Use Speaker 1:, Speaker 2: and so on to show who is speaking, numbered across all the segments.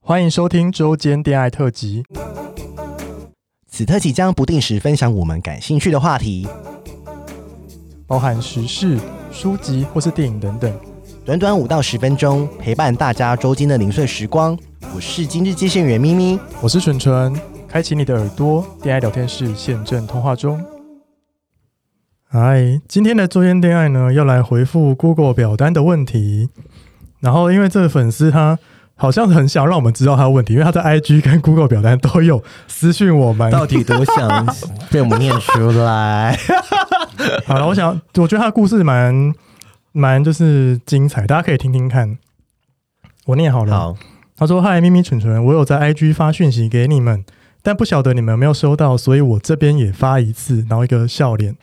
Speaker 1: 欢迎收听周间恋爱特辑。
Speaker 2: 此特辑将不定时分享我们感兴趣的话题，
Speaker 1: 包含时事、书籍或是电影等等。
Speaker 2: 短短五到十分钟，陪伴大家周间的零碎时光。我是今日接线员咪咪，
Speaker 1: 我是纯纯，开启你的耳朵，恋爱聊天室现正通话中。嗨，今天的周间恋爱呢，要来回复 Google 表单的问题。然后，因为这个粉丝他好像很想让我们知道他的问题，因为他在 IG 跟 Google 表单都有私讯我们。
Speaker 2: 到底多 想被我们念出来？
Speaker 1: 好了，我想，我觉得他的故事蛮蛮就是精彩，大家可以听听看。我念好了。
Speaker 2: 好，
Speaker 1: 他说：“嗨，咪咪蠢蠢，我有在 IG 发讯息给你们，但不晓得你们有没有收到，所以我这边也发一次，然后一个笑脸。”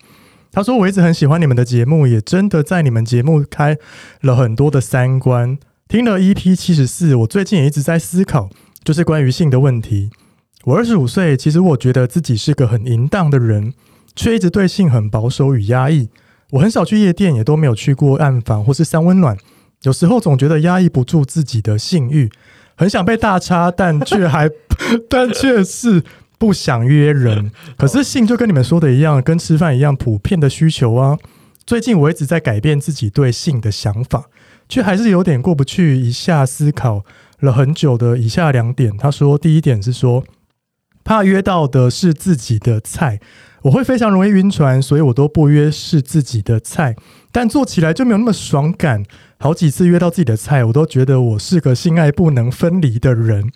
Speaker 1: 他说：“我一直很喜欢你们的节目，也真的在你们节目开了很多的三观。听了 EP 七十四，我最近也一直在思考，就是关于性的问题。我二十五岁，其实我觉得自己是个很淫荡的人，却一直对性很保守与压抑。我很少去夜店，也都没有去过暗房或是三温暖。有时候总觉得压抑不住自己的性欲，很想被大插，但却还 但却是不想约人。可是性就跟你们说的一样，跟吃饭一样，普遍的需求啊。最近我一直在改变自己对性的想法，却还是有点过不去。一下思考了很久的以下两点，他说第一点是说，怕约到的是自己的菜，我会非常容易晕船，所以我都不约是自己的菜，但做起来就没有那么爽感。好几次约到自己的菜，我都觉得我是个性爱不能分离的人。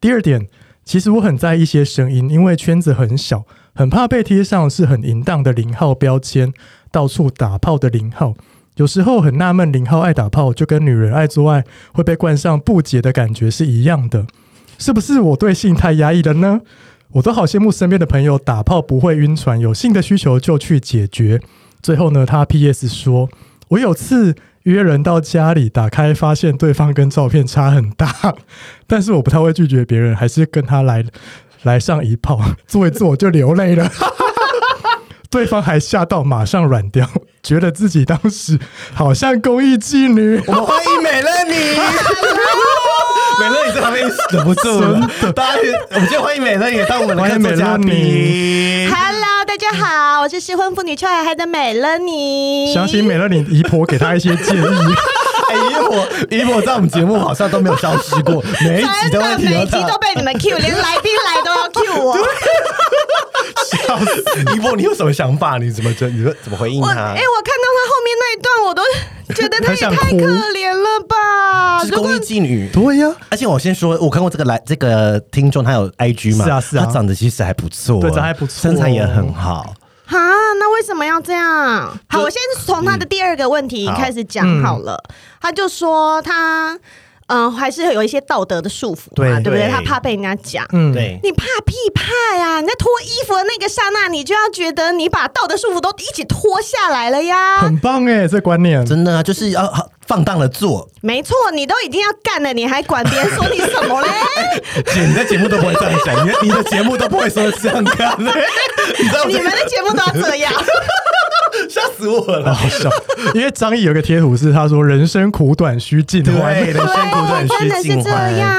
Speaker 1: 第二点，其实我很在意一些声音，因为圈子很小，很怕被贴上是很淫荡的零号标签，到处打炮的零号。有时候很纳闷，零号爱打炮就跟女人爱做爱会被冠上不解的感觉是一样的，是不是我对性太压抑了呢？我都好羡慕身边的朋友打炮不会晕船，有性的需求就去解决。最后呢，他 P.S 说：“我有次约人到家里，打开发现对方跟照片差很大，但是我不太会拒绝别人，还是跟他来来上一炮，做一做我就流泪了。对方还吓到，马上软掉，觉得自己当时好像公益妓女。
Speaker 2: 我们欢迎美乐你。 美乐你在旁边忍不住了，大家，我们就欢迎美乐你当我们的
Speaker 1: 欢迎
Speaker 2: 客座嘉
Speaker 1: 美乐你
Speaker 2: 宾。
Speaker 3: Hello，大家好，我是失婚妇女邱海海的美乐妮。
Speaker 1: 想起美乐你姨婆给他一些建议。
Speaker 2: 哎，姨婆，姨婆在我们节目好像都没有消失 过，每一集
Speaker 3: 真
Speaker 2: 的
Speaker 3: 的
Speaker 2: 问题
Speaker 3: 每一集
Speaker 2: 她
Speaker 3: 都被你们 Q，连来宾来都要 Q 我。
Speaker 2: 笑 死。姨婆，你有什么想法？你怎么这？你说怎么回应
Speaker 3: 我哎、
Speaker 2: 她？
Speaker 3: 我看到他后面那一段，我都觉得他
Speaker 1: 很
Speaker 3: 也
Speaker 1: 想
Speaker 3: 太
Speaker 1: 哭
Speaker 3: 可怜了吧。
Speaker 2: 是
Speaker 3: 如
Speaker 2: 公
Speaker 3: 果
Speaker 2: 益妓女。
Speaker 1: 对呀、
Speaker 2: 而且我先说，我看过这个来这个听众，他有 IG 嘛？
Speaker 1: 是啊是啊
Speaker 2: 他长得其实还不错，啊
Speaker 1: 对长得还不错
Speaker 2: 身材也很好。
Speaker 3: 啊，那为什么要这样？好，我先从他的第二个问题
Speaker 2: 嗯
Speaker 3: 开始讲好了。他就说他嗯、呃还是有一些道德的束缚
Speaker 1: 对
Speaker 3: 嘛，对不对？
Speaker 2: 对
Speaker 3: 他怕被人家讲。
Speaker 1: 嗯，
Speaker 2: 对，
Speaker 3: 你怕屁怕呀！你在脱衣服的那个刹那，你就要觉得你把道德束缚都一起脱下来了呀。
Speaker 1: 很棒
Speaker 2: 欸
Speaker 1: 哎、这观念。
Speaker 2: 真的啊，就是要好放荡的做。
Speaker 3: 没错，你都已经要干了，你还管别人说你什么嘞？
Speaker 2: 姐，你在节目都不会这样讲，你的你的节目都不会说这样看 的，你知道
Speaker 3: 你们
Speaker 2: 吗？
Speaker 3: 的节目都要 这样，
Speaker 2: 吓死我
Speaker 1: 啊
Speaker 2: 了。
Speaker 1: 好笑，因为张译有一个贴图是他说“人生苦短须尽欢
Speaker 2: 对，人生苦短，
Speaker 3: 啊真的
Speaker 2: 须
Speaker 3: 是
Speaker 2: 尽
Speaker 3: 这
Speaker 2: 欢。
Speaker 3: 样。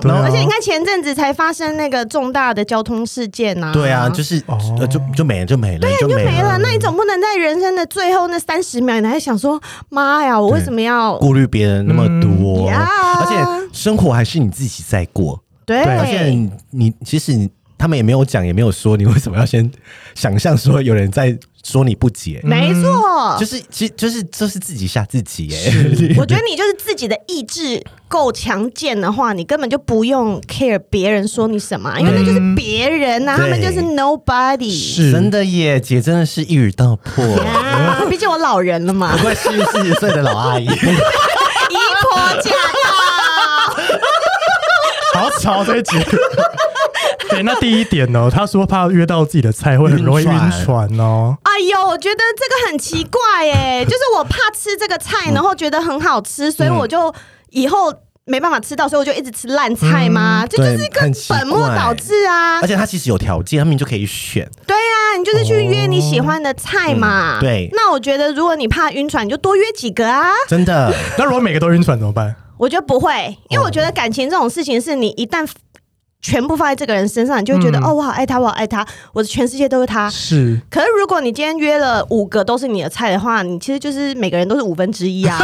Speaker 1: 对啊
Speaker 3: 而且你看前阵子才发生那个重大的交通事件呐、
Speaker 2: 对啊，就是
Speaker 1: 哦
Speaker 2: 呃就就没了，就没了，就
Speaker 3: 啊就
Speaker 2: 没
Speaker 3: 没了。那你总不能在人生的最后那三十秒，你还想说妈呀，我为什么要？
Speaker 2: 顾虑别人那么多，
Speaker 3: 嗯呀
Speaker 2: 而且生活还是你自己在过，
Speaker 3: 对，
Speaker 1: 对
Speaker 2: 而且你哎你其实你他们也没有讲，也没有说你为什么要先想象说有人在说你不解，
Speaker 3: 没错，
Speaker 2: 就是其实就是就是自己吓自己耶。
Speaker 3: 我觉得你就是自己的意志够强健的话，你根本就不用 care 别人说你什么啊，因为那就是别人呐、啊，
Speaker 2: 嗯对
Speaker 3: 他们就是 nobody。
Speaker 1: 是
Speaker 2: 真的耶，姐真的是一语道 破，
Speaker 3: 啊，毕竟我老人了嘛
Speaker 2: 不，愧是四十岁的老阿姨。
Speaker 3: 姨婆驾到。
Speaker 1: 好吵这一集。 对，那第一点呢，他说怕约到自己的菜会很容易
Speaker 2: 晕
Speaker 1: 晕
Speaker 2: 船
Speaker 1: 船哦。
Speaker 3: 哎呦，我觉得这个很奇怪耶，就是我怕吃这个
Speaker 2: 嗯
Speaker 3: 菜，然后觉得很好吃，所以我就以后没办法吃到，所以我就一直吃烂菜嘛， 这就是
Speaker 2: 嗯对
Speaker 3: 一个
Speaker 2: 很奇怪
Speaker 3: 本末倒置啊
Speaker 2: 而。且他其实有条件，他们就可以选。
Speaker 3: 对啊，你就是去约你喜欢的菜嘛。
Speaker 2: 嗯对
Speaker 3: 那我觉得如果你怕晕船，你就多约几个啊。
Speaker 2: 真的，
Speaker 1: 那如果每个都晕船怎么办？
Speaker 3: 我觉得不
Speaker 2: 哦
Speaker 3: 会，因为我觉得感情这种事情是你一旦全部放在这个人身上，你就会觉得、
Speaker 1: 嗯
Speaker 3: 哦，我好爱他，我好爱他，我的全世界都是他。
Speaker 1: 是
Speaker 3: 可是如果你今天约了五个都是你的菜的话，你其实就是每个人都是五分之 一啊，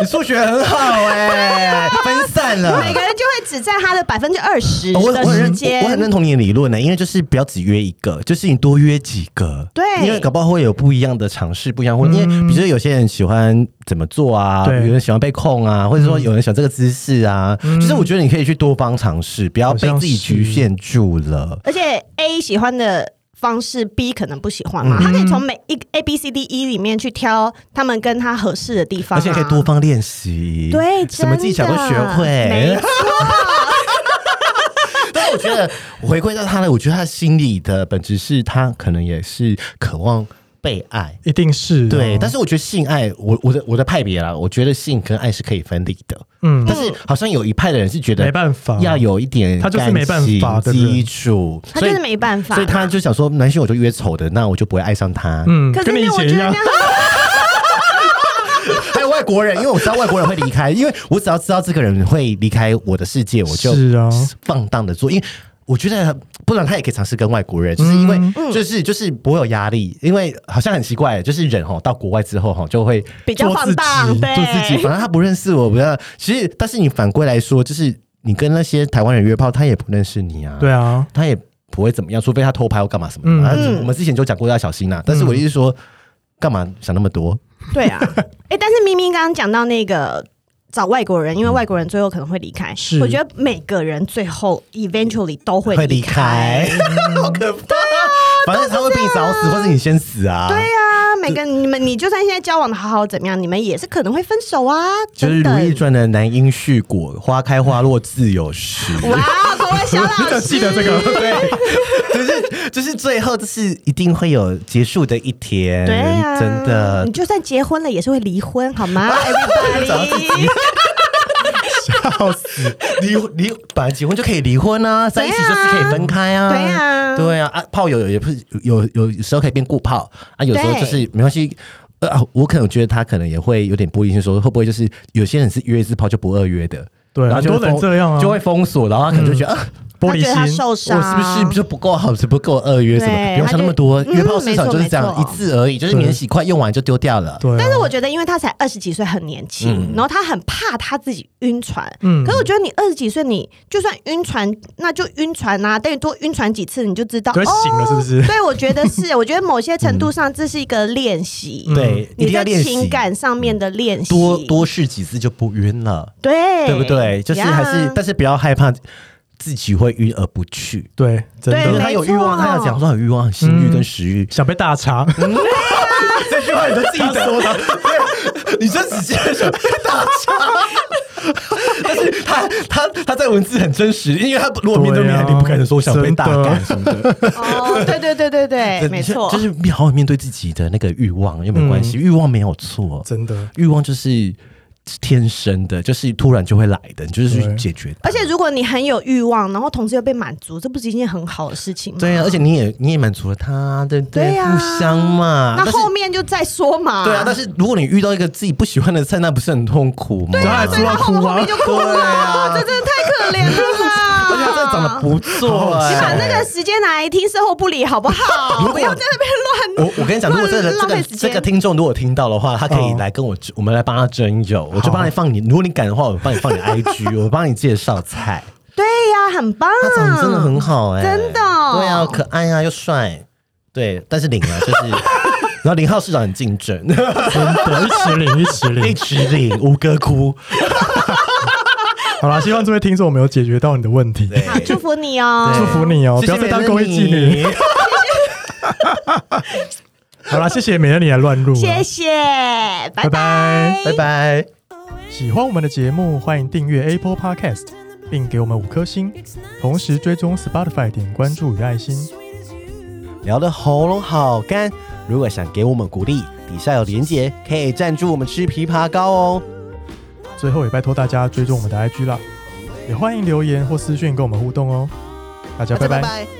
Speaker 2: 你数学很好哎、分散了。
Speaker 3: 每个人就会只占他的百分之二十
Speaker 2: 哦我我
Speaker 3: 的
Speaker 2: 很
Speaker 3: 时
Speaker 2: 认我很
Speaker 3: 间。
Speaker 2: 认同你的理论呢、因为就是不要只约一个，就是你多约几个，
Speaker 3: 对嗯
Speaker 2: 因为搞不好会有不一样的尝试，不一样或因为比如说有些人喜欢怎么做啊，
Speaker 1: 对
Speaker 2: 有人喜欢被控啊，或者
Speaker 3: 嗯
Speaker 2: 说有人喜欢这个姿势啊，就是我觉得你可以去多方尝试，不要被自己局限住了。
Speaker 3: 而且 A 喜欢的方式，B 可能不喜欢嘛，
Speaker 2: 嗯
Speaker 3: 他可以从每一 A B C D E 里面去挑他们跟他合适的地方、
Speaker 2: 而
Speaker 3: 啊，
Speaker 2: 且可以多方练习，
Speaker 3: 对
Speaker 2: 什么
Speaker 3: 真的
Speaker 2: 技巧都学
Speaker 3: 没
Speaker 2: 会。 但是我觉得回归到他的，我觉得他心里的本质是他可能也是渴望被爱，
Speaker 1: 一定是啊
Speaker 2: 对，但是我觉得性爱，我我的我的派别啦，我觉得性跟爱是可以分离的。
Speaker 1: 嗯
Speaker 2: 但是好像有一派的人是觉得
Speaker 1: 没办法
Speaker 2: 要有一点
Speaker 1: 他就是没办法的
Speaker 2: 感
Speaker 1: 人
Speaker 2: 情基础，
Speaker 3: 他
Speaker 2: 所
Speaker 3: 就
Speaker 2: 以
Speaker 3: 是没办法，
Speaker 2: 所以他就想说，男性我就约丑的，那我就不会爱上他。嗯，
Speaker 1: 嗯，
Speaker 3: 可是
Speaker 1: 跟你
Speaker 3: 那
Speaker 1: 以
Speaker 3: 我
Speaker 1: 前
Speaker 3: 觉
Speaker 1: 一
Speaker 3: 得那
Speaker 1: 样，
Speaker 3: 样，
Speaker 2: 还有外国人，因为我知道外国人会离开，因为我只要知道这个人会离开我的世界，我就是
Speaker 1: 啊
Speaker 2: 放荡的做，因为。我觉得，不然他也可以尝试跟外国人，就是因为、
Speaker 1: 嗯
Speaker 2: 就是就是不会有压力，因为好像很奇怪，就是人哦到国外之后哈就会
Speaker 3: 比较
Speaker 1: 做
Speaker 3: 放
Speaker 1: 自
Speaker 3: 荡，
Speaker 1: 己
Speaker 3: 对，
Speaker 2: 做自己，反正他不认识我，不要。其实，但是你反过来说，就是你跟那些台湾人约炮，他也不认识你啊，
Speaker 1: 对，啊，
Speaker 2: 他也不会怎么样，除非他偷拍或干嘛什么
Speaker 1: 嗯
Speaker 2: 的嘛。啊我们之前就讲过要小心呐、但是我的意思是说，干嘛想那么多？
Speaker 3: 对啊，哎、但是咪咪刚刚讲到那个找外国人，因为外国人最后可能会离开，
Speaker 1: 是
Speaker 3: 我觉得每个人最后 eventually 都会
Speaker 2: 会
Speaker 3: 离啊
Speaker 2: 离开， 好可怕！啊反正他会比你早死，或是你先死啊。
Speaker 3: 对啊，每个你们，你就算现在交往的好好怎么样，你们也是可能会分手啊，
Speaker 2: 就是《
Speaker 3: 等
Speaker 2: 如懿
Speaker 3: 等。
Speaker 2: 传》的男婴续果，花开花落自有时。
Speaker 3: 哇，各 位小
Speaker 1: 你
Speaker 3: 老
Speaker 1: 只
Speaker 3: 师，
Speaker 1: 记得这个，
Speaker 2: 就是就是最后，就是一定会有结束的一天。
Speaker 3: 对啊，
Speaker 2: 真的
Speaker 3: 你就算结婚了也是会离婚，好 吗
Speaker 2: 找到自己
Speaker 3: ？Everybody，
Speaker 2: 笑死！离 离本来结婚就可以离婚啊，在一起就是可以分开啊。
Speaker 3: 对啊
Speaker 2: 对啊，啊，炮友也不是有有有时候可以变固炮啊，有时候
Speaker 3: 对
Speaker 2: 就是没关系。呃、啊，我可能觉得他可能也会有点玻璃心，说会不会就是有些人是约一次炮就不二约的，
Speaker 1: 对
Speaker 2: 然后就会
Speaker 1: 很多人
Speaker 2: 封
Speaker 1: 这样啊
Speaker 2: 就会封锁，然后他可能就觉得、
Speaker 1: 玻
Speaker 3: 他
Speaker 1: 璃
Speaker 3: 觉得他
Speaker 1: 心，
Speaker 3: 受
Speaker 2: 啊，
Speaker 3: 伤，
Speaker 2: 我是不是就不够好，是不够二约什么的，
Speaker 3: 对
Speaker 2: 不用
Speaker 3: 他
Speaker 2: 想那
Speaker 3: 就
Speaker 2: 么多，
Speaker 3: 嗯
Speaker 2: 约炮市场就是这
Speaker 3: 没
Speaker 2: 样，
Speaker 3: 错
Speaker 2: 一
Speaker 3: 没错
Speaker 2: 次而已，就是免洗快用完就丢掉了。
Speaker 1: 对啊，
Speaker 3: 但是我觉得，因为他才二十几岁，很年轻，
Speaker 2: 嗯
Speaker 3: 然后他很怕他自己晕船。嗯，可是我觉得你二十几岁，你就算晕船，那就晕船啊，等你多晕船几次，你就知道
Speaker 1: 就会醒了是不是
Speaker 3: 哦、对，我觉得 是，我觉得某些程度上这是一个练习，
Speaker 2: 嗯对，一
Speaker 3: 你
Speaker 2: 定要
Speaker 3: 在
Speaker 2: 练习
Speaker 3: 情感上面的练习，
Speaker 2: 多多试几次就不晕了。
Speaker 3: 对，
Speaker 2: 对不对？就是还是
Speaker 3: Yeah
Speaker 2: 但是不要害怕自己会晕而不去，
Speaker 1: 对，真
Speaker 3: 对
Speaker 2: 因为
Speaker 1: 的
Speaker 2: 他有
Speaker 3: 没错
Speaker 2: 欲望，他要讲说他有欲望、性欲
Speaker 1: 嗯
Speaker 2: 跟食欲。
Speaker 1: 想被大查，
Speaker 2: 这句话你都自己说的， 对你就直接说大家。 但是他他他在文字很真实，因为他如果面对面，
Speaker 1: 对啊
Speaker 2: 你不可能说我想被大干什么的，
Speaker 3: 哦，对对对 对对，没错，嗯
Speaker 2: 就是面好好面对自己的那个欲望，又没关系，欲望没有错，
Speaker 1: 真的，
Speaker 2: 欲望就是天生的，就是突然就会来的，你就是去
Speaker 1: 对
Speaker 2: 解决它。
Speaker 3: 而且如果你很有欲望，然后同时又被满足，这不是一件很好的事情吗？
Speaker 2: 对啊，而且你也你也满足了他，对不对？
Speaker 3: 对啊
Speaker 2: 互相嘛。
Speaker 3: 那
Speaker 2: 但是
Speaker 3: 后面就再说嘛。
Speaker 2: 对啊，但是如果你遇到一个自己不喜欢的菜，那不是很痛苦吗？对
Speaker 1: 啊所以他
Speaker 3: 后
Speaker 1: 哭啊
Speaker 3: 后面就哭了， 这真的太可怜了啦！
Speaker 2: 啊而且他真 的长得不错、哎
Speaker 3: 你把啊那个时间拿来听售后不理好不好？
Speaker 2: 如果
Speaker 3: 不要在那边乱。
Speaker 2: 我我跟你讲，如果这个这
Speaker 3: 浪
Speaker 2: 个
Speaker 3: 费时
Speaker 2: 这
Speaker 3: 间
Speaker 2: 个听众如果听到的话，他可以
Speaker 1: 哦
Speaker 2: 来跟我，我们来帮他征友，我就帮你放你，如果你敢的话，我帮你放你 IG，我帮你介绍菜。
Speaker 3: 对呀、很棒，
Speaker 2: 他长得真的很好哎、
Speaker 3: 嗯真的哦
Speaker 2: 对啊，可爱啊又帅，对，但是领啊就是，然后林浩市长很竞争，
Speaker 1: 真的，一起领，一起
Speaker 2: 一
Speaker 1: 领。
Speaker 2: 直领吴哥哭，
Speaker 1: 好啦，希望这位听众我们有解决到你的问题，
Speaker 2: 对
Speaker 3: 好，祝福你哦
Speaker 2: 对。
Speaker 1: 祝福你哦，不
Speaker 2: 谢谢
Speaker 1: 要再当
Speaker 2: 美乐
Speaker 1: 公益妓女。
Speaker 2: 你。
Speaker 1: 好啦，谢谢美乐你来乱入，哦
Speaker 3: 谢。谢，拜
Speaker 1: 拜拜
Speaker 2: 拜拜。
Speaker 1: 喜欢我们的节目，欢迎订阅 Apple Podcast，并给我们五颗星，同时追踪 Spotify 点关注与爱心。
Speaker 2: 聊的喉咙好干，如果想给我们鼓励，底下有连结，可以赞助我们吃枇杷膏哦。
Speaker 1: 最后也拜托大家追踪我们的 IG 啦，也欢迎留言或私讯跟我们互动哦。大家
Speaker 2: 大家
Speaker 1: 拜拜
Speaker 2: 拜